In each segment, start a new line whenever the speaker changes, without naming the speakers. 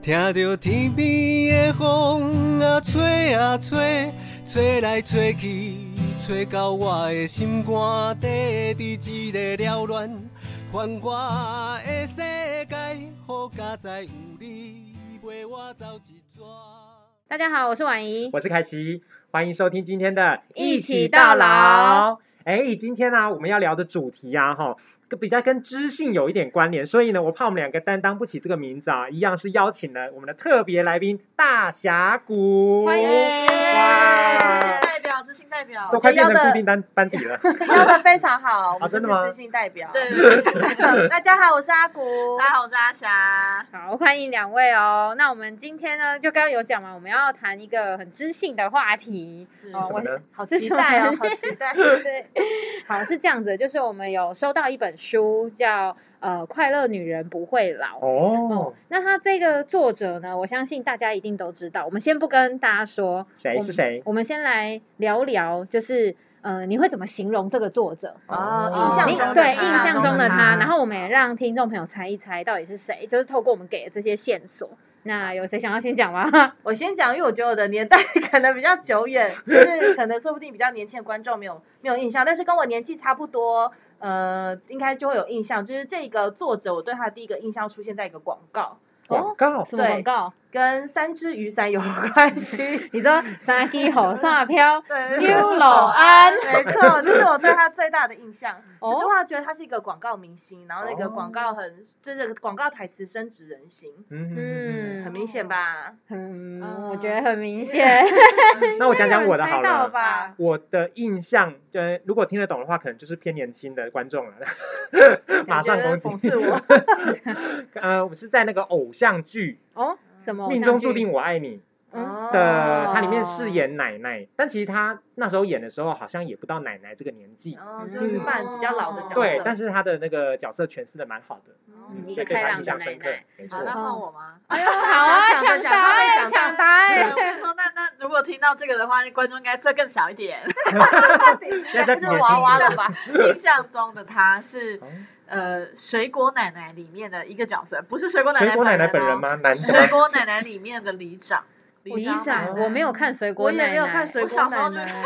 听着天边的风啊吹啊吹，吹来吹去，吹到我的心肝底，伫一个缭乱繁华的世界，好佳哉有你陪我走一逝。
大家好，我是婉怡。
我是凯奇，欢迎收听今天的
一起到老。
哎，今天呢、我们要聊的主题啊，哈，跟比较跟知性有一点关联，所以呢，我怕我们两个担当不起这个名字啊，一样是邀请了我们的特别来宾大峡谷，
欢迎
知性
哇，
代表，知性代表，
都快变
我觉
成固
得邀
定
的
班班 底了。
邀的非常好，我们
真的
就是
吗
知性代表。
对，
大家好，我是阿古。
大家
好，我是阿霞。
好，欢迎两位哦。那我们今天呢，就刚刚有讲嘛，我们要谈一个很知性的话题。哦
是什么呢？
好
是
期
什么
待哦，好期待。
对， 好是这样子的，就是我们有收到一本书，叫呃《快乐女人不会老》。
哦，
那他这个作者呢，我相信大家一定都知道。我们先不跟大家说
谁
我
是谁？
我们先来聊聊，就是呃，你会怎么形容这个作者？
哦
印
印
象
象
中
中
的
的
对
他
印象中的他，
他
然后我们也让听众朋友猜一猜到底是谁，就是透过我们给的这些线索。那有谁想要先讲吗？
我先讲，因为我觉得我的年代可能比较久远，就是可能说不定比较年轻的观众没有没有印象，但是跟我年纪差不多，呃，应该就会有印象。就是这个作者，我对他的第一个印象出现在一个广告，
广告
什么广告？
跟三只雨伞有关系。
你说沙鸡 吼沙飘，
对，
牛老安
没错，这是我对他最大的印象。
哦
就是我觉得他是一个广告明星，然后那个广告很，就是广告台词深植人心，
嗯
嗯
很明显吧？
嗯，
嗯
我觉得很明 显。
那我讲讲我的好
应该有人猜到
了。
吧？
我的印象，呃，如果听得懂的话，可能就是偏年轻的观众了。 马上
感觉
攻
讽
击
刺我。
呃，我是在那个偶像剧
哦，什么
《
偶
命
像剧？
中 注定我爱你》
嗯
的
哦，
它里面饰演奶奶，但其实她那时候演的时候好像也不到奶奶这个年纪，
哦，就是扮比较老的角色。
对，但是她的那个角色诠释的蛮好的，
嗯
一
所
个
以对
开
她
朗
印
的
象
奶
深刻
奶。。
没
好，
错
那，
哦
换我吗？
哎呦，好啊，
想
抢
着
答哎，
想着
抢答
对
哎
啊。我
哎
也
说
说
那那
如果听到这个的话，观众应该再更小一点，
现在在
就是娃娃了
的。
吧？印象中的他是
哦
呃《水果奶奶》里面的一个角色，不是《水果奶奶》
水果奶奶本
本
人
哦？
吗？男的
水
吗？
果奶奶》里面的里长，
李
长
长，
奶奶
我没有看水果
啊我也
奶奶，
没有看水
我
果
小时候
奶
就
奶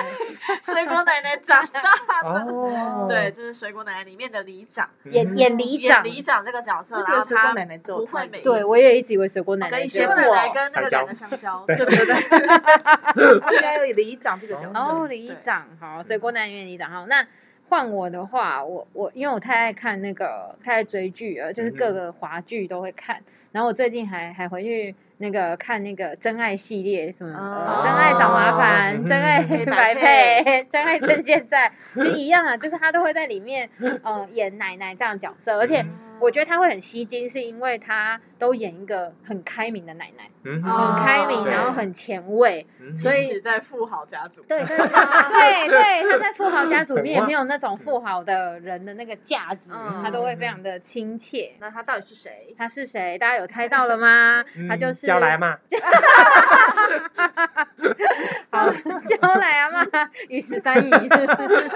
水果奶奶长大的，
哦，嗯
对，，就是《水果奶奶》里面的里长，
演演里长，
嗯演里长这个角色，
我
然
觉得
后
水果
他
奶奶只有
不
她
会
一
每一
对
集
我也一直以为水果奶奶
跟一
只有
些
水
布
果奶奶
偶跟那个男的相交，
对
对对对，
应该有里长这个角色。
哦，里长好，
嗯
水果男演员里长好。那换我的话，我我因为我太爱看那个，太爱追剧了，就是
嗯
各个华剧都会看。然后我最近还还回去那个看那个真爱系列，什么、
哦
呃、真爱找麻烦、
嗯
真爱
黑
白
白
配、真爱趁现 在，就一样啊，就是他都会在里面呃演奶奶这样的角色，而
嗯
且。 我觉得他会很吸睛，是因为他都演一个很开明的奶奶，
嗯
哦
很开明，
对
然后很前卫，
嗯
所以
即使在富豪家族，
对，对对对对，他在富豪家族里面也没有那种富豪的人的那个价值，
嗯
他都会非常的亲切。
那他到底是谁？
他是谁？大家有猜到了吗？
嗯
他就是
娇来嘛，
好，娇来啊嘛，与十三姨是不是？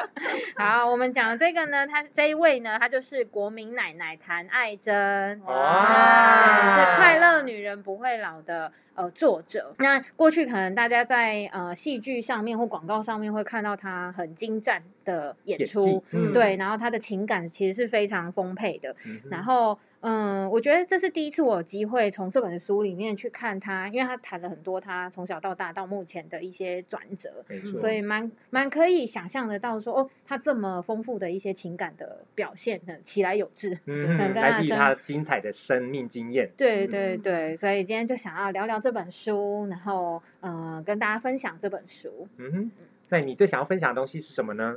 好，我们讲的这个呢，他这一位呢，她就是国民奶奶谭爱珍。
哇
对是快乐女人不会老的呃作者。那过去可能大家在呃戏剧上面或广告上面会看到她很精湛的演
演
出
技，，嗯，
对，然后她的情感其实是非常丰沛的。
嗯
然后，嗯，我觉得这是第一次我有机会从这本书里面去看她，因为她谈了很多她从小到大到目前的一些转折，
没错，
嗯所以蛮蛮可以想象得到说，哦，她这么丰富的一些情感的表现呢，起来有致。
嗯，
能跟他
来自于
生
他精彩的生命经验。
对
嗯
对对，所以今天就想要聊聊这本书，然后嗯、呃跟大家分享这本书。
嗯哼，那你最想要分享的东西是什么呢？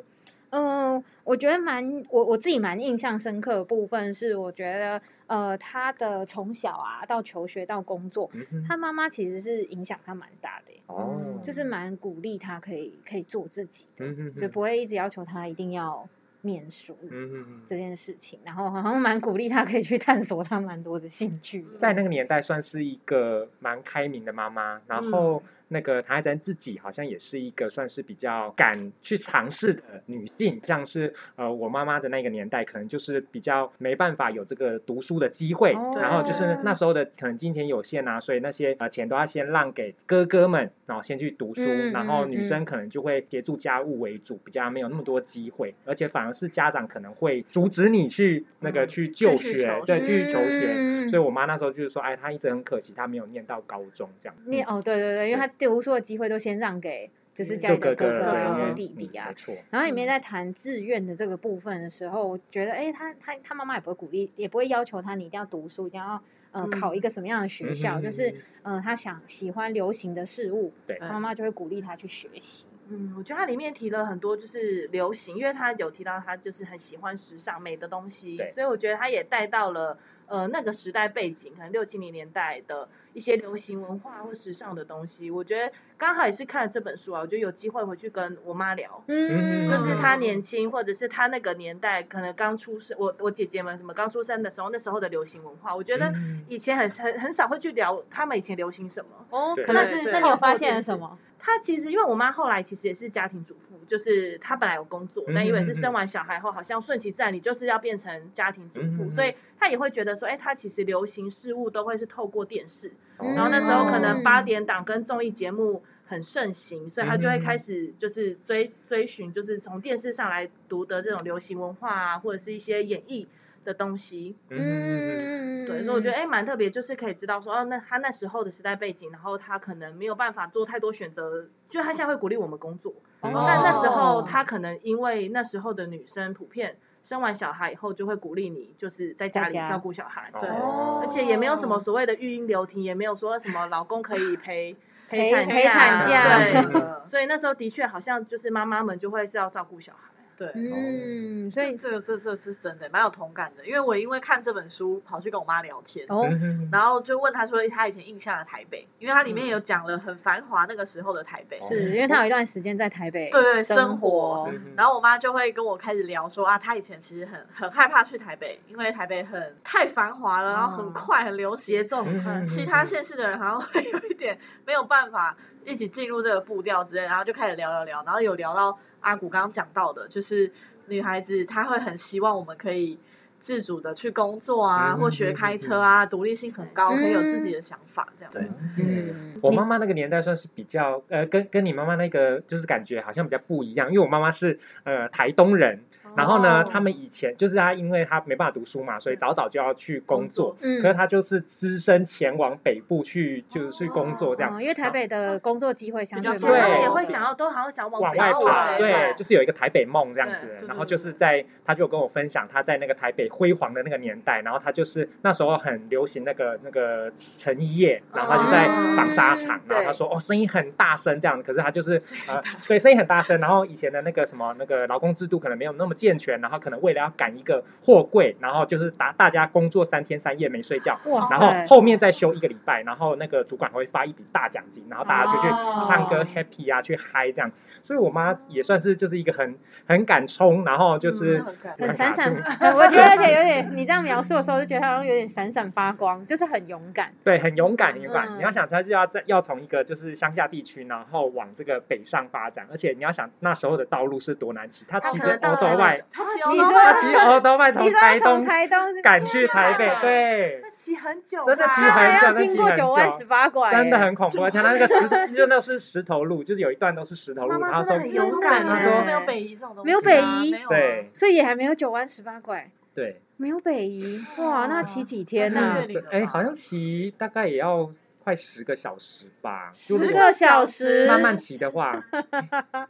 嗯，我觉得蛮我我自己蛮印象深刻的部分是，我觉得呃他的从小啊到求学到工作，
嗯哼，
他妈妈其实是影响他蛮大的耶，
哦，
就是蛮鼓励他可以可以做自己的，
嗯哼，
就不会一直要求他一定要念书。
嗯哼，
这件事情，然后好像蛮鼓励他可以去探索 他蛮多的兴趣的。嗯
在那个年代算是一个蛮开明的妈妈，然后那个唐爱珍自己好像也是一个算是比较敢去尝试的女性，像是呃我妈妈的那个年代，可能就是比较没办法有这个读书的机会，
哦
然后就是那时候的可能金钱有限啊，所以那些呃钱都要先让给哥哥们，然后先去读书，
嗯
然后
嗯
女生可能就会协助家务为主，比较没有那么多机会，而且反而是家长可能会阻止你去那个去就
继续
学，
求
对，
学
继续求学。
嗯
所以我妈那时候就是说，哎，她一直很可惜，她没有念到高中这样。
你哦，对对对，因为他读书的机会都先让给就是家
就
里的
哥
哥
了
哥
对
啊
因为
和弟弟
嗯
啊
没。错，
然后里面在谈志愿的这个部分的时候，我觉得，哎，他他他妈妈也不会鼓励，也不会要求他你一定要读书，一定要呃
嗯
考一个什么样的学校，
嗯
就是呃他想喜欢流行的事物，
对
他妈妈就会鼓励他去学习。
嗯，我觉得它里面提了很多就是流行，因为他有提到他就是很喜欢时尚美的东西
对，
所以我觉得他也带到了呃那个时代背景，可能六七零年代的一些流行文化或时尚的东西。我觉得刚好也是看了这本书啊，我觉得有机会回去跟我妈聊，
嗯
就是
他
她年轻或者是她那个年代可能刚出生，我我姐姐们什么刚出生的时候，那时候的流行文化，我觉得
嗯
以前很很很少会去聊他们以前流行什么。
哦
对，
可能
对
是
对
那你有发现了什么？
她其实因为我妈后来其实也是家庭主妇，就是她本来有工作
嗯，
但因为是生完小孩后，好像顺其自然，你就是要变成家庭主
嗯嗯嗯
妇，所以她也会觉得说，哎，她其实流行事物都会是透过电视，
哦
然后那时候可
嗯
能八点档跟综艺节目很盛行，所以她就会开始就是追追寻，就是从电视上来读的这种流行文化啊，或者是一些演艺的东西。
嗯，
对，所以我觉得哎，蛮特别，就是可以知道说，哦，那他那时候的时代背景，然后他可能没有办法做太多选择，就他现在会鼓励我们工作，
嗯
哦
但那时候他可能因为那时候的女生普遍生完小孩以后就会鼓励你，就是在家里
在家
照顾小孩，对。
嗯
哦
哎而且也没有什么所谓的育婴留停，也没有说什么老公可以陪
陪
产
陪产
假
假，
对，所以那时候的确好像就是妈妈们就会是要照顾小孩。
对，
嗯，所以
这个这这是真的，蛮有同感的。因为我因为看这本书，跑去跟我妈聊天，
哦，
嗯
然后就问她说她以前印象的台北，因为它里面有讲了很繁华那个时候的台
哦
北，
是因为他有一段时间在台北
对对
生
生
活嗯
活，然后我妈就会跟我开始聊说啊，她以前其实很很害怕去台北，因为台北很太繁华了，然后
哦
很快很流行，节奏
很快
其他县市的人好像会有一点没有办法一起进入这个步调之类，然后就开始聊聊聊，然后有聊到阿古刚刚讲到的，就是女孩子她会很希望我们可以自主的去工作啊，
嗯
或学开车啊，独立性很高，
嗯
可以有自己的想法这样。
对。
嗯，
我妈妈那个年代算是比较呃，跟跟你妈妈那个就是感觉好像比较不一样，因为我妈妈是呃台东人，然后呢，他们以前就是她因为她没办法读书嘛，所以早早就要去工作，
嗯
可是她就是只身前往北部去，就是去工作这样。
哦因为台北的工作机会相对
比较
没
他
有
们
对
也会想要，都好像想往
往
北
外
跑
跑，
对
对
对，
就是有一个台北梦这样子
对对。对
然后就是在，他就有跟我分享他在那个台北辉煌的那个年代，然后他就是那时候很流行那个那个成衣业，然后他就在纺纱厂
嗯，
然后他说哦声音很大声这样，可是他就是呃对声音很大声，然后以前的那个什么那个劳工制度可能没有那么健全，然后可能为了要赶一个货柜，然后就是大大家工作三天三夜没睡觉，
哇
然后
塞，
后面再休一个礼拜，然后那个主管会发一笔大奖金，然后大家就去唱歌
哦
happy 啊，去嗨这样。所以我妈也算是就是一个很很敢冲，然后就是
嗯很敢
很闪闪，
敢打住
呃我觉得而且有点，你这样描述的时候，就觉得他好像有点闪闪发光，就是很勇敢。
对，很勇敢，很勇敢。
嗯
你要想，她就要在要从一个就是乡下地区，然后往这个北上发展，而且你要想那时候的道路是多难骑，她
他
骑
可
着
能到
欧
台
兜
湾
外
就，，
他
你
希
说
望
她骑欧兜外从
你说
台
他从
东
台东
赶去台北
台，北
对。
那骑很久吧，
真的骑
他
很
还
久
要经过
那骑很久
九万十八拐，欸
真的很恐怖，而且它那个石，就那是石头路，就是有一段都是石头路。
妈妈
然后说
真的很勇敢
他
欸
说
啊没有北移这种东西啊，
没有北移
没有啊
对
所以也还没有九万十八拐，
对，
没有北移，哇，那骑几天啊呐
那越？岭了吧
哎，好像骑大概也要快十个小时吧，就如
十
果
个小时，
慢慢骑的 话，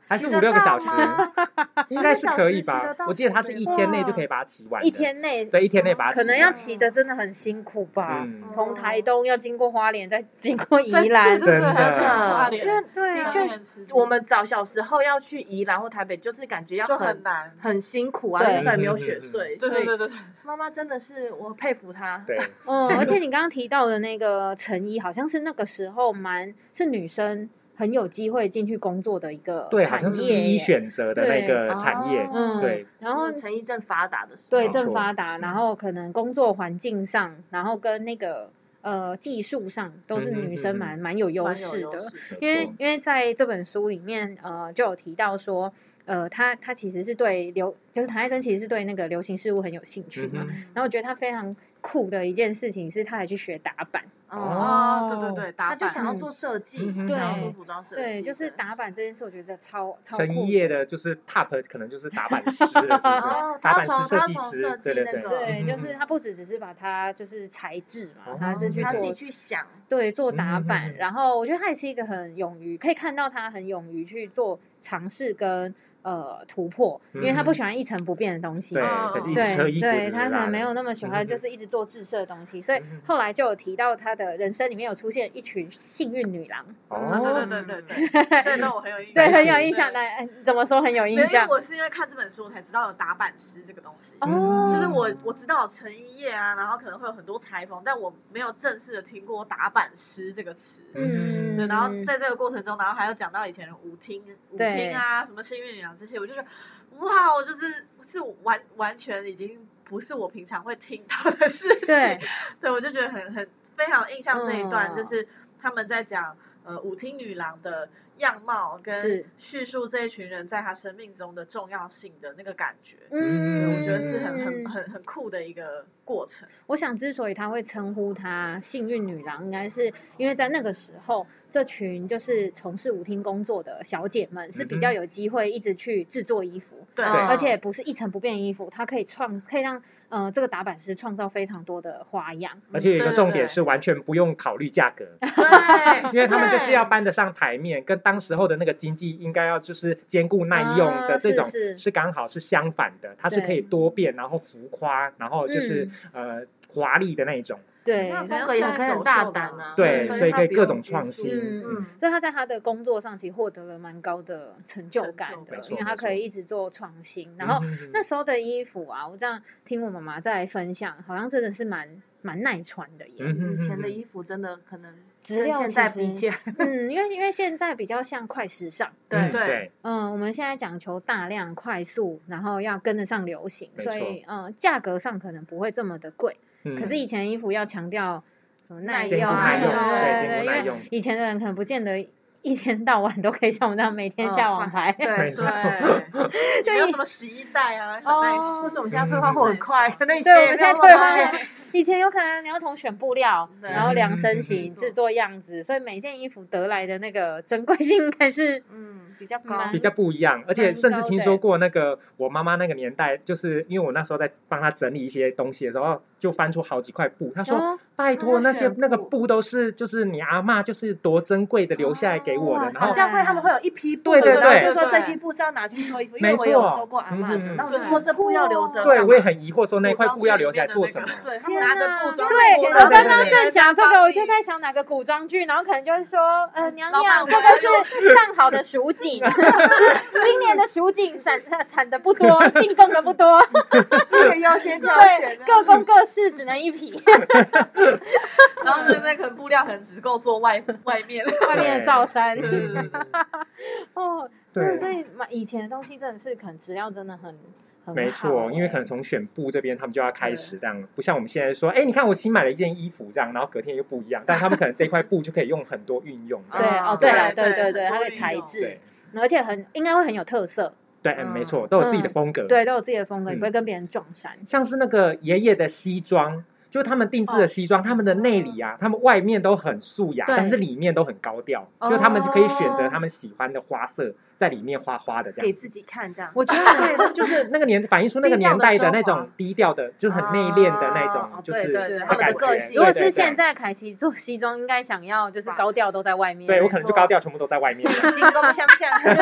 还是五六个小时，应该是可以吧？我记得它是一天内就可以把它骑完，
一，天内
对，一天内把它骑
可
完，
能要骑的真的很辛苦吧。
嗯，
从台东要经过花莲，再经过宜
对
兰，
对对对
真的
对花
因
莲
为
对啊
的确，我们早小时候要去宜兰或台北，就是感觉要
就
很
很难。
很辛苦啊，
对
那时候也没有雪穗，
对对
所以
对对，对
妈妈真的是我佩服她。
对，
嗯， 而且你刚刚提到的那个成衣，好像是那个时候蛮是女生很有机会进去工作的一个
对，好像
产
是
业
第一
耶。
选择的那个
对
产业，
哦
嗯，
对，
然后
成衣正发达的时候，
对
没错
正发达，然后可能工作环境上，然后跟那个呃技术上都是
嗯哼
女生
嗯哼
蛮蛮有优
蛮
势
有
的
优，势的。
因为
嗯没错
因为在这本书里面，呃，就有提到说，呃，他他其实是对流，就是唐爱珍其实是对那个流行事物很有兴趣嘛。
嗯哼
然后我觉得他非常酷的一件事情是，他还去学打板。
嗯
哦
哦，对对对，打
他就
扮
想要做设计，
嗯哼
想要
对
做服装设计，
对，就是。打板这件事，我觉得超超酷
成一业的就是 top 可能就是打板师了，是不
哦
是？打
他
板
从
师、设
他
计
从
师对
设，计
对
那
对
个
对，就
嗯
是他不只只是把它就是材质嘛
哦，
他是去
他自己
做
去想，
对做打
嗯嗯嗯
板，然后我觉得他也是一个很勇于，可以看到他很勇于去做尝试跟呃突破，因为他不喜欢一成不变的东西
嗯对，
嘛。
哦
可是一直
对
车衣服
对，
只
他
是
可能
拉
没
的
有那么喜
嗯
欢，
嗯
就是一直做自设的东西，所以
嗯
后来就有提到他的人生里面有出现一群幸运女郎，
啊对
哦
对对
嗯
对对，对，那 我很有印象，
对，很
是
有印象。来，哎怎么说很有
没
印
有，因为
象？
我是因为看这本书我才知道有打板师这个东西。
哦
嗯
就是我我知道有成衣业啊，然后可能会有很多裁缝，但我没有正式的听过打板师这个词。
嗯
对，然后在这个过程中，然后还有讲到以前的舞厅、舞
对
厅啊，什么幸运女郎这些，我就觉得哇，我就是是完完全已经不是我平常会听到的事情。
对，
对，我就觉得很很非常印象这一段，
嗯
就是他们在讲呃舞厅女郎的样貌跟
是
叙述这一群人在她生命中的重要性的那个感觉。对
嗯，
我觉得是很很
嗯
很很酷的一个过程。
我想之所以他会称呼她幸运女郎，应该是因为在那个时候，这群就是从事舞厅工作的小姐们是比较
嗯哼
有机会一直去制作衣服，
对，
对
而且不是一成不变的衣服，它可以创，可以让呃这个打板师创造非常多的花样。
而且有一
对
个
对
重点
对
是完全不用考虑价格，
对，
因为他们就是要搬得上台面，跟当时候的那个经济应该要就是兼顾耐用的
啊
这
是
种
是
是刚好是相反的，它是可以
对
多变，然后浮夸，然后就是呃华丽的那一种，
对，
那
可能
风格也
现在
可以很
走
大
秀
胆
吧
啊，
对
嗯
所以可以
它不
各
用
种
拘
创
束
新
嗯
嗯，
所以他在他的工作上其实获得了蛮高的成就感
成就
的
没，错
因为他
没错
可以一直做创新。然后
嗯哼
那时候的衣服啊，我这样听我妈妈在分享，好像真的是蛮蛮耐穿的耶。
嗯哼
以前的衣服真的可能
质
跟
料
现
其
在比
实
起来，
嗯，因为因为现在比较像快时尚，
嗯
对
对，
嗯，我们现在讲求大量、快速，然后要跟得上流行，
没错
所以嗯，价格上可能不会这么的贵。
嗯
可是以前衣服要强调什么耐
耐
兼
用
顾
啊，
耐用，对，
对
兼
对对，
顾耐
因为
用，
以前的人可能不见得一天到晚都可以像我们这样每天下网拍。
没
对
错
对，也没有什么洗衣袋啊，很耐
哦，
洗
为什么现在退
嗯
化货很快？ 可能以前
对，我
也
们
没
现在
有
退
那么哎
化
慢
了。以前有可能你要从选布料，
对
然后量身
嗯嗯嗯
形、
嗯
制作样子，所以每件衣服得来的那个珍贵性应该是
嗯，比较高
蛮。
比较不一样，而且
蛮
甚至
高
听
的
说过那个我妈妈那个年代，就是因为我那时候在帮她整理一些东西的时候，就翻出好几块布，她说。
哦，
拜托，
嗯
那些
选
那个
布
布都是就是你阿嬷就是多珍贵的留下来给我的，
哇
然
好
后
塞
像会他们会有一批布，
对对
然后
对
就说
对
这批布是要拿去做衣服，因
没
为
错
我也有收过阿嬷
嗯
的，
嗯
那我就说这布要留着，
对
干嘛
我也很疑惑，说那块布要留下来做什么？
对，他们
天
拿
哪
着布装
对
布
装
我刚
对对
刚
对
正想这个，我就在想哪个古装剧，然后可能就是说，呃，娘
老板
娘，这
我
个是上好的蜀锦，今年的蜀锦产产的不多，进贡的不多，
可以优先挑
对
选，的。
各公各式，只能一匹。
然后那那可能布料可能只够做外外面，
外面的罩衫，
嗯
哦，
对
对，所以买以前的东西真的是可能质量真的很很
没
好
错，
欸
因为可能从选布这边他们就要开始这样，不像我们现在说，哎，你看我新买了一件衣服这样，然后隔天又不一样，但他们可能这块布就可以用很多运用这
对
样。
啊
哦，对了，
对
对
对
对对，
很多
它的
运
材
用
质，而且很应该会很有特色，
对，嗯没错，都有自己的风格。
对，都有自己的风格，
嗯
你不会跟别人撞衫。
像是那个爷爷的西装，就是他们定制的西装，他们的内里啊，他们外面都很素雅，
对
但是里面都很高调，
哦
就他们就可以选择他们喜欢的花色，在里面花花的这
给
样。
自己看这样。
我觉 得
就是那个年反映出那个年代的那种低调的，就是很内敛的那
哦
种，就
对
是
对对
的
他们的
感
个
觉
性
如果
对对
是现
对
在凯奇做西装，应该想要就是高调都在外面。
对我可能就高调全部都在外面，
金工相像，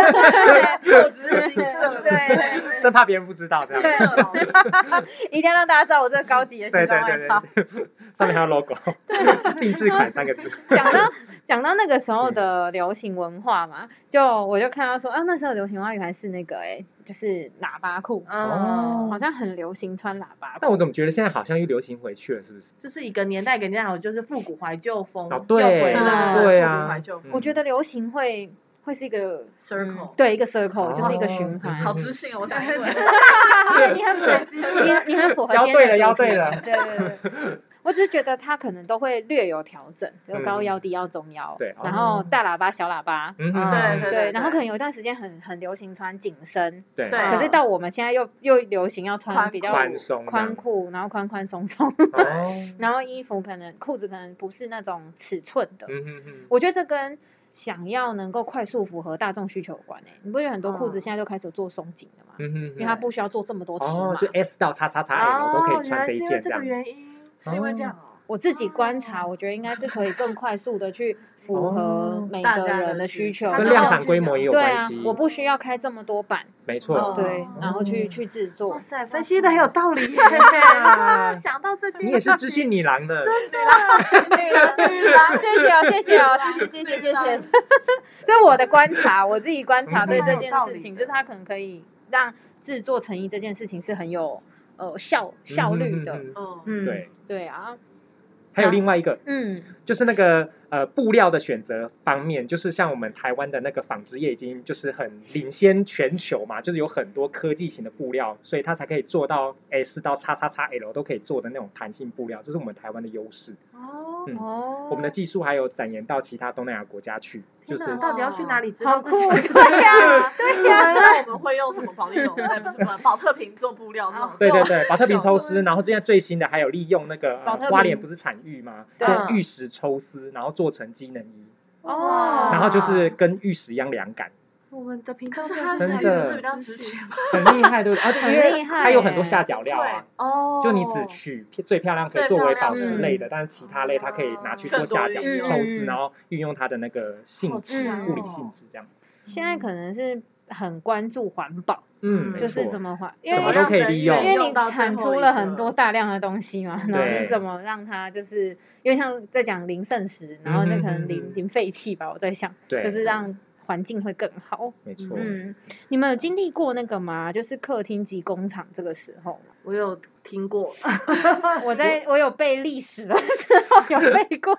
对，只是金 色，
对
生怕别人不知道这 样。
对， 一定要让大家知道我这个高级的西
对对
装外
对
套。
对， 上面还有 logo，定制款三个字。
讲到讲到那个时候的流行文化嘛，就我就看到说啊，那时候流行文化原来是那个哎、就是喇叭裤，
哦
嗯，
好像很流行穿喇叭
但
裤。
我怎么觉得现在好像又流行回去了，是不是？
就是一个年代跟年代，就是复古怀旧风，
哦，对，
又回来了
对
复古
啊
怀旧，风
我觉
得
得流行会会是一个嗯
circle
对，一个 circle、
哦
就是一个循环。
好知性哦，我想问。
对，你很符合，你你很符合
邀
今天
对了
的
邀
主题。
对了
对对对。我只是觉得他可能都会略有调整，就高腰、低腰、中腰，
嗯对
然后
哦
大喇叭、小喇叭，
嗯
嗯
对
对
对对
然后可能有一段时间很很流行穿紧身，
对
对
可是到我们现在又又流行要
宽
穿
裤
比较
宽松的
宽裤，然后宽宽松松，
哦，
然后衣服可能裤子可能不是那种尺寸的，
嗯哼哼，
我觉得这跟想要能够快速符合大众需求有关诶、欸你不觉得很多裤子
嗯
现在都开始有做松紧的吗？
哦嗯哼哼，
因为它不需要做这么多尺码。
哦，就 S 到叉叉叉 L 都可以穿这一件这样
哦原来是因为个。原因是因为这样哦。
我自己观察，我觉得应该是可以更快速的去符合
哦
每
大
个
家的
人的
需
需求，
求
跟
它
量
就
产规模也有
对
关
啊
系，，
我不需要开这么多版，
没错
哦，
对，然后去
哦
去制作
哇。塞，
分
分析
析
的
的
很
很
有
有
道
道理耶，
理， 想到这件事
啊
情，
你也是知性女郎的，
对啊是啊，谢谢哦，谢谢哦，谢谢谢谢谢谢。这是我的观察，我自己观察对这件事情，
嗯
就是它可能可以让制作成衣这件事情是很有呃效效率的。
嗯嗯嗯
嗯，
嗯，
对
对啊，
还有另外一个
嗯，
就是那个呃布料的选择方面，就是像我们台湾的那个纺织业已经就是很领先全球嘛，就是有很多科技型的布料，所以它才可以做到 S 到叉叉叉 L 都可以做的那种弹性布料，这是我们台湾的优势。
哦，
嗯
哦，
我们的技术还有展延到其他东南亚国家去，就是
天哪到底要去哪里知道
好
这
酷，
些？
对
啊
呀，对 呀。
啊那我们会用什么保利龙？不是什么保特瓶做布料那种？
对对对，宝特瓶
手
抽丝，然后现在最新的还有利用那个、
宝
呃
特、瓶
花莲不是产玉吗？
对
用玉石抽丝，然后做成机能衣，
哦
然后就是跟玉石一样凉 感，
我们的频道
可是
真
它
的
是
是
真
不
的
是比较值钱吗？
很厉害，对不对？啊，对，因为
很厉害
它有很多下脚料啊。
哦
就你只取最漂亮可以作为宝石类的，但是其他类它可以拿去做下脚、
更多
运用
抽丝，
嗯
然后运用它的那个性质、
好强哦
物理性质这样。
现在可能是很关注环保，
嗯，没
就是
错
怎么环，因
什
为
么都可以利用
因为你产出了很多大量的东西嘛，
对
然后你怎么让它就是，因为像在讲零剩食，然后就可能零零废弃吧，我在想，
对，
就是让环境会更好。
没错。
嗯，你们有经历过那个吗？就是客厅及工厂这个时候吗？
我有听过，
我 在我有背历史的时候有背过，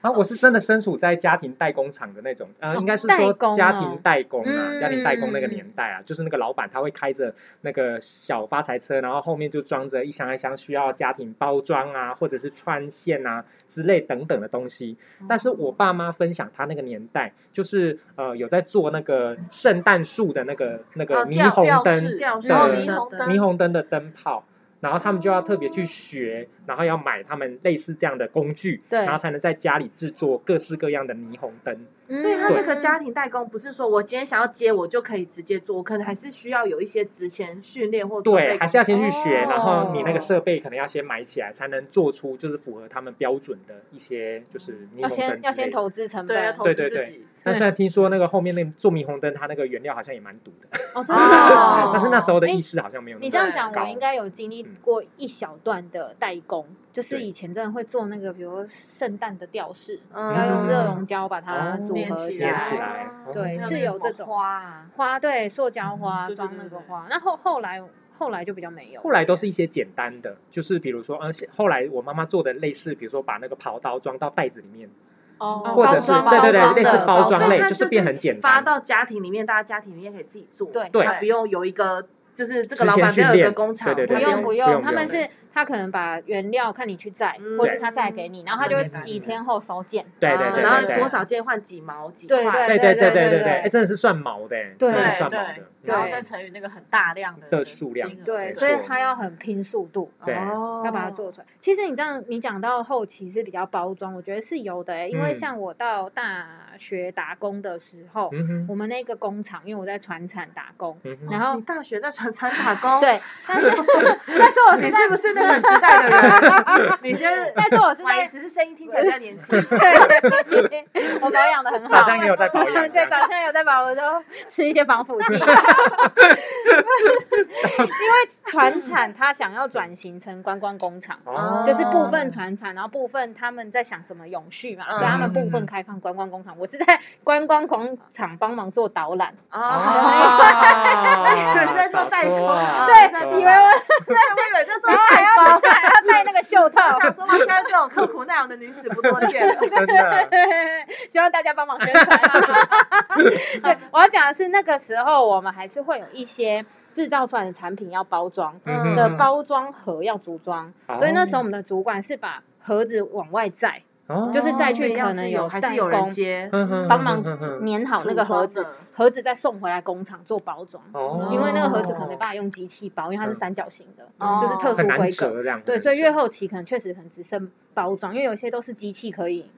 啊，我是真的身处在家庭代工厂的那种，呃，
哦
应该是
代
说
工哦
家庭代工啊，
嗯
家庭代工那个年代啊，就是那个老板他会开着那个小发财车，然后后面就装着一箱一箱需要家庭包装啊，或者是穿线啊之类等等的东西。
哦
但是我爸妈分享他那个年代，就是呃有在做那个圣诞树的那个那个
哦
呃
霓
吊
虹
吊
灯
饰，
吊饰
对
哦
对
霓虹灯
霓虹灯的灯泡，然后他们就要特别去学，然后要买他们类似这样的工具，
对
然后才能在家里制作各式各样的霓虹灯。
嗯所以他那
那
个家庭代工不是说我今天想要接我就可以直接做，我可能还是需要有一些职前训练或准备
对，还是要先去学，
哦
然后你那个设备可能要先买起来，才能做出就是符合他们标准的一些就是霓
要
虹
先
灯
要
之类
先
的。
投资成
对，要
本，
投资自己。
但虽然听说那个后面那做霓虹灯，它那个原料好像也蛮毒的，
哦，真的哦，
哦
但是那时候的
哎
意识好像没有那
你
么
这样讲，
高
我应该有经历
嗯
过一小段的代工，就是以前真的会做那个，比如圣诞的吊饰，
嗯
要用热熔胶把它组
粘
合
起
连
来
哦起来，
对
哦
是有这种
花啊，
花，对，塑胶花
嗯对对
装那
对
个
对
花。那后后来后来就比较没有
后，来都是一些简单的，就是比如说，嗯，后来我妈妈做的类似，比如说把那个刨刀装到袋子里面，
哦
或者
包
是
装
对对
包装
对，类似
的
包装
所
类，
以它
就是
就是
变很简
发
单。
到家庭里面，大家家庭里面可以自己做，
对
它不用有一个就是这
之
个老
前
板不
训
要有一个
练
工厂，
对
不
对对
用
不
不
用
用，
不
他们
用对
是他可能把原料看你去载，
嗯
或是他载给你，然后
嗯
他就会几天后收件。
对对
嗯
对
然后
对对
多少件换几毛几
对
块，
对对对对
对
对，哎，真的是算毛的，真
对
的是算毛
对
的。
然后
嗯
再乘以那个很大量的
的数量
金额
对，
没
所以
错
他要很拼速度。
嗯对
哦
要把它做出来。其实你这样，你讲到后期是比较包装，我觉得是有的、欸，因为
嗯
像我到大学打工的时候，
嗯哼
我们那个工厂，因为我在船厂打工，
嗯哼，
然后
哦你大学在船厂打 工，，
对，但是但是我
你
是
是
在，
不是那个时代 的人？你现在
但是我是
哇你
在，
只是声音听起来比较年轻，
我保养的很
早
好。
上也有在保养，啊
对，早上有 在把我 都吃一些防腐剂， 因为船产它想要转型成观光工厂，
哦，
就是部分船厂，然后部分他们在想怎么永续嘛，
嗯
所以他们部分开放观光工厂。我是在观光工厂帮忙做导览，
哦，
哦，
在做代工
早说啊
啊
对
早，说
以为我
我以为在做代
要戴 还要戴那个袖套
我。想说，哇，现在这种刻苦耐劳的女子不多见了。
真的，
希望大家帮忙宣传。啊 对，我要讲的是，那个时候我们还是会有一些制造出来的产品要包装
嗯哼
的包装盒要组装，
哦
所以那时候我们的主管是把盒子往外载，
哦
就是再去
要
可能
是
有
还
代
是有人
工
接，
嗯哼
帮忙
嗯哼
粘好那个盒子
组装的，
盒子再送回来工厂做包装。
哦，
因为那个盒子可能没办法用机器包，因为它是
嗯
三角形的，
哦
就是特殊
很难
规格。
折这样，
对，所以越后期可能确实可能只剩包装，因为有些都是机器可以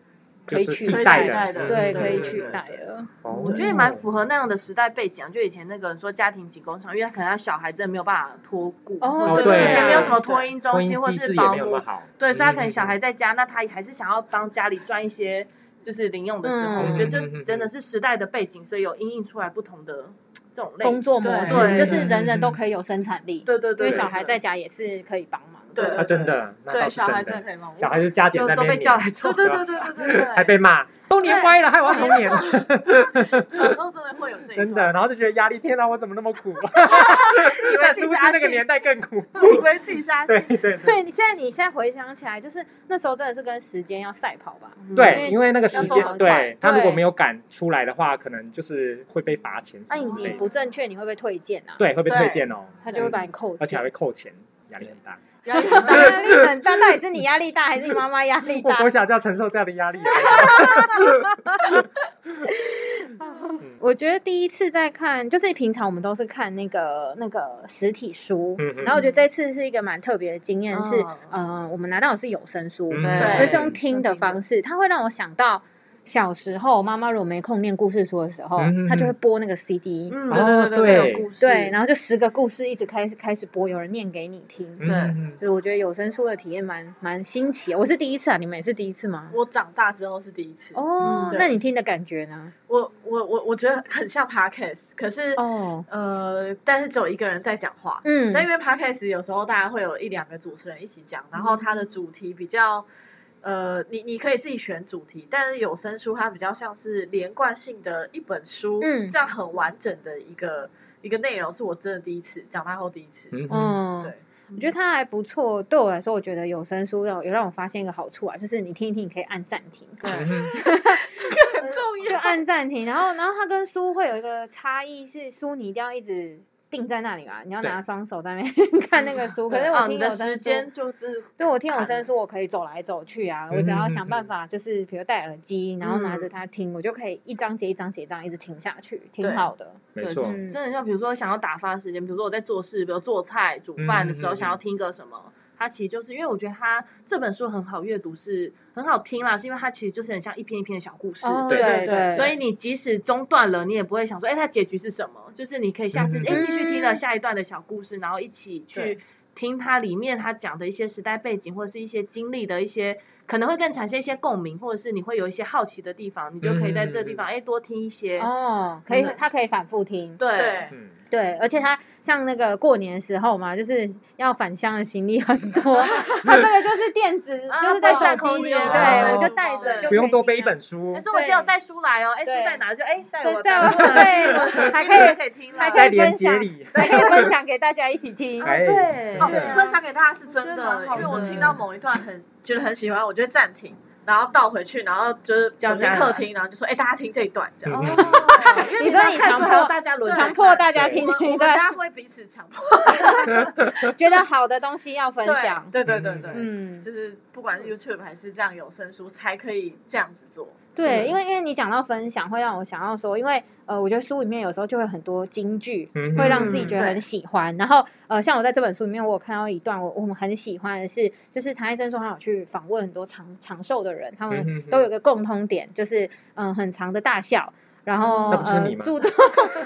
可以
就是
取
替
代
代
的
对
嗯
可以
对
取
对
代了。
我觉得也蛮 符合那样的时代背景啊。就以前那个说家庭及工厂，因为他可能他小孩真的没有办法托顾，
哦
或
对
者以前没有什么
对
托婴中
婚
心
姻
或
机
是
制
保
也没有那
姆
么，好，
对，所以他
嗯
可能小孩在家，那他还是想要帮家里赚一些就是零用的时候，
嗯
我觉得
嗯嗯嗯
这
嗯
真的是时代的背景，所以有因应出来不同的这种类
工作模式
对
就是人人
嗯
都可以有生产力，
对对
因
对，
为
对
小孩在家也是可以帮忙的。
对
啊，真的，那倒
对，
是
小孩真的
的，
可以帮我。
小孩就加减
就
在
都
那
被
边
叫
粘，
来做，
对对对对对对，
还被骂，都粘歪了，害我要重粘，
小时候真的会有这一
真
段
的，然后就觉得压力，天哪，我怎么那么苦？
以为自
是
己
不是
是阿
那个
信
年代更苦？
以为自己是阿
对
信
对对
对，你现在你现在回想起来，就是那时候真的是跟时间要赛跑吧。
嗯
对，因为那个时
要做
间，
很快
对他如果
对
没有赶出来的话，可能就是会被罚钱
那
什
你
么之
你
类的，
不正确，你会被退件啊？，
对，会被
对
推荐哦，
他就会把你扣
而且还
件
会。扣钱，压力很大。
压力很大
压力很 大，到底是你压力大还是你妈妈压 力
我
大？
国小就要承受这样的压力。啊
我觉得第一次在看，就是平常我们都是看那个那个实体书，
嗯嗯
然后我觉得这次是一个蛮特别的经验，
嗯
是呃，我们拿到的是有声书，
嗯
对
所以是用听的方式，它会让我想到小时候妈妈如果没空念故事书的时候，
嗯嗯嗯
她就会播那个 CD，、
嗯，对
哦，
会有故事，
对，然后就十个故事一直开始开始播，有人念给你听，
嗯
对
嗯
所以我觉得有声书的体验蛮蛮新奇的，我是第一次啊，你们也是第一次吗？
我长大之后是第一次。
哦
嗯，对
那你听的感觉呢？
我我我我觉得很像 podcast，可是、
哦，
呃，但是只有一个人在讲话。
嗯
那、因为 podcast 有时候大家会有一两个主持人一起讲，然后它的主题比较。呃，你你可以自己选主题，但是有声书它比较像是连贯性的一本书，
嗯
这样很完整的一个一个内容，是我真的第一次，长大后第一次，
嗯嗯，
嗯，
对
我觉得它还不错。对我来说，我觉得有声书让有让我发现一个好处啊，就是你听一听，你可以按暂停，
对，
嗯
很重
就
要，
按暂停。然后，然后它跟书会有一个差异是，书你一定要一直定在那里嘛，你要拿
对
双手在那边 看那个书。可是
哦
我
你
听有
的
声
时
书，
间就是
对我听有声书，我可以走来走去啊，我只要想办法，就是比如戴耳机，然后拿着它听，我就可以一章节一章节这样一直听下去，挺
对
好的。
没错，
嗯
真，的像比如说想要打发时间，比如说我在做事，比如做菜、煮饭的时
嗯嗯
候，
嗯
想要听个什么，它其实就是因为我觉得它这本书很好阅读是，很好听啦，是因为它其实就是很像一篇一篇的小故事。
哦，
对
对
对
对，
所以你即使中断了，你也不会想说，哎、它结局是什么？就是你可以下次
嗯嗯
哎继、续听了
嗯
下一段的小故事，然后一起去
对
听它里面它讲的一些时代背景或者是一些经历的一些，可能会更产生一些共鸣，或者是你会有一些好奇的地方，你就可以在这地方哎、多听一些。
哦，可以
真的，
它可以反复听。
对，
嗯，
对，而且他像那个过年的时候嘛，就是要返乡的行李很 多，他这个就是电子，
啊
就是在手机里，
不
好
对
哦
我就带着，就
不用多背一
可以
本书
哎，，说我今天有带书来哦，哎，书
对
在哪？就哎，带
对
我
带我对
对，
还
还
可以
可以听了，
还可
在
以分
连接
享
里，
这样，还可以分享给大家一起听。
哎
对
真
哦，
的
分享给大家是
我
真
觉得蛮
的，
好
因
的
为我听到某一段很觉得很喜欢，我就会暂停，然后倒回去，然后就是走进客厅，然后就说：“哎，大家听这一段。”这样。
嗯
哦
因为
你说
要
你
看
强
书还有
迫
大家轮
对
流
强迫
看
大家
对
听
我们
一
我们大
段，
家会彼此强迫
觉得好的东西要分享。
对 对对对对，
嗯，
就是不管是 YouTube 还是这样有声书，才可以这样子做。
对，因为因为你讲到分享，会让我想到说，因为呃，我觉得书里面有时候就会很多金句，
嗯
会让自己觉得
嗯
很
对
喜欢。然后呃，像我在这本书里面，我有看到一段我我们很喜欢的是，就是唐医生说他有去访问很多长长寿的人，他
嗯哼
们
哼
都有个共通点，就是嗯、呃很长的大笑。然后
那不是
呃
你吗
注重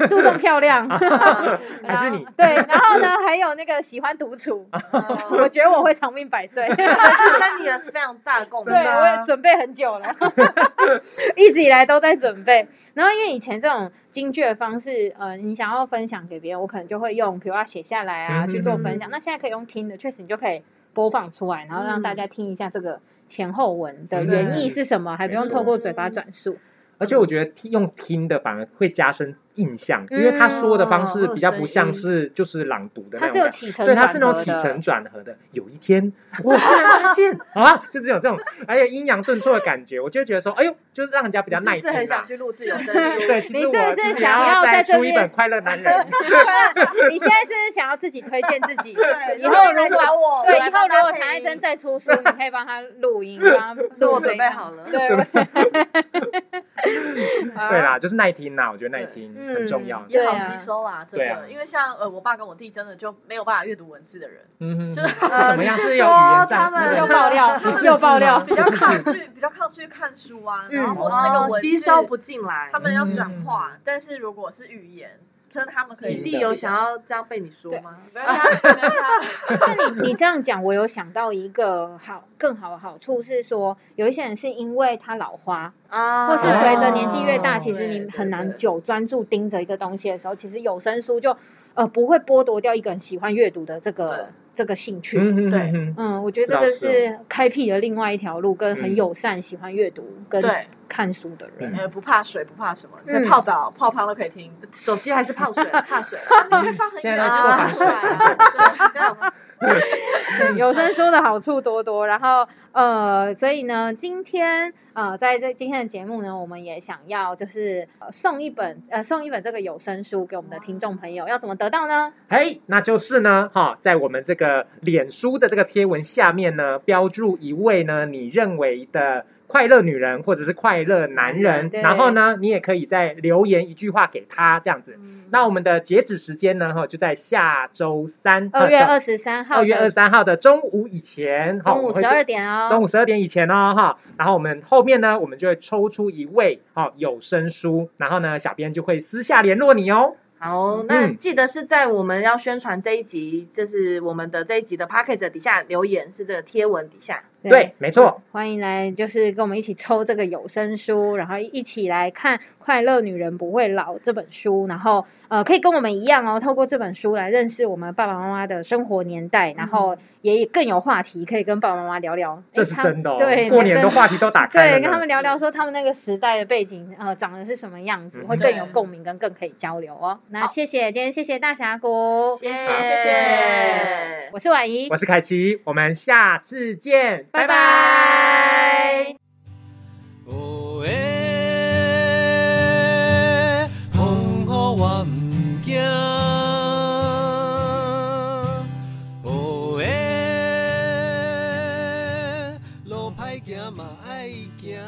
注重漂 亮，
嗯还是你
对，啊然后呢还有那个喜欢独 处，哦我觉得我会长命百岁。
跟你的非常大的啊共鸣。
对，我也准备很 久了，一直以来都在准备。然后因为以前这种京剧的方式，呃，你想要分享给别人，我可能就会用，比如要写下来啊，
嗯
去做分享。那现在可以用听的，确实你就可以播放出来，然后让大家听一下这个前后文的原意是什么，还不用透过嘴巴转述。
而且我觉得听用听的反而会加深印象，
嗯
因为他说的方式比较不像是就是朗读的
它
那
哦是
种
有
感觉。
起承
对，它
转
是那种
合
起
的
承转合的。有一天，我 竟然发现啊，就是有这种，而且阴阳顿挫的感觉，我就会觉得说，哎呦，就是让人家比较
你
耐
是
听
不是很想
啊。
去录制有声
是
书？
对，其
你
实
是
我
不是
之前
想
要
要
再
在这
出一
边
本《快乐男人》，
你现在是不是想要自己推荐自己？
对
以后如
来
果
找我，
对，
我来
以后
帮
如
他
果
配
唐爱珍
音，
再出书，你可以帮他录音， 帮他
是
做
我准
这
备
一
好了。
对，
准备
我
对啦，就是耐听啦，我觉得耐
对
听
嗯
很重要。
也好
对啊
吸收啦，真
对啊
的。因为像呃，我爸跟我弟真的就没有办法阅读文字的人，
嗯哼，
就是
呃
怎么样
你
是
是
有
说
语言
他
障碍
们
对
又爆料，又爆料
不
比
是
较
吗
抗拒，比较抗拒看书啊，
嗯
然后或是那个
哦，
文字
吸收不，进来。
他们要转化，但是如果是语言，真的他们可以
你
嗯
弟有想要这样被你说吗？
没有他没有他
那你你这样讲，我有想到一个好更好的好处是说，有一些人是因为他老花，
啊
或是随着年纪越大，
哦
其实你
对
很
对
难
对
久专注盯着一个东西的时候，其实有声书就呃不会剥夺掉一个人喜欢阅读的这
对
个这个兴趣。
嗯哼
对
嗯哼
嗯，我觉得这
这倒
个
是
是开辟了另外一条路，跟
嗯
很友善、喜欢阅读跟
对，
看书的人。
呃，不怕水，不怕什么，
嗯
这泡澡、泡汤都可以听，
手机还是泡水，怕水。
你会放很
现
远
在
都
啊，
做
对啊对啊
嗯有声书的好处多多，然后呃，所以呢，今天呃，在这今天的节目呢，我们也想要就是、呃送一本呃送一本这个有声书给我们的听众朋友，要怎么得到呢？
哎，那就是呢，哈，在我们这个脸书的这个贴文下面呢，标注一位呢你认为的快乐女人或者是快乐男人，
嗯对
然后呢，你也可以再留言一句话给他这样子。
嗯
那我们的截止时间呢，哈，就在下周三，
二月
呃
二十三号
二
的
月二三号的中午以前，哈
中
我
午
们会
十二点哦。
中午十二点以前哦，哈，然后我们后面呢，我们就会抽出一位哦有声书，然后呢，小编就会私下联络你哦。
好，那
嗯
记得是在我们要宣传这一集，就是我们的这一集的 p a c k a g e 底下留言，是这个贴文底下。
对，没错，
欢迎来，就是跟我们一起抽这个有声书，然后一起来看《快乐女人不会老》这本书，然后呃，可以跟我们一样哦，透过这本书来认识我们爸爸妈妈的生活年代，然后也更有话题可以跟爸爸妈妈聊聊。
这
诶
是
他
真的哦。
对，
过年
真
的话题都打开了
对，
呢。
跟他们聊聊说他们那个时代的背景，呃，长得是什么样子，
嗯
会更有共鸣跟更可以交流哦。那谢谢，今天谢谢大峡谷，
谢谢，
好
谢谢。
嗯我是婉仪，
我是凯奇，我们下次见，拜
拜拜
哦耶，风雨我毋惊。哦耶，路歹行嘛爱行。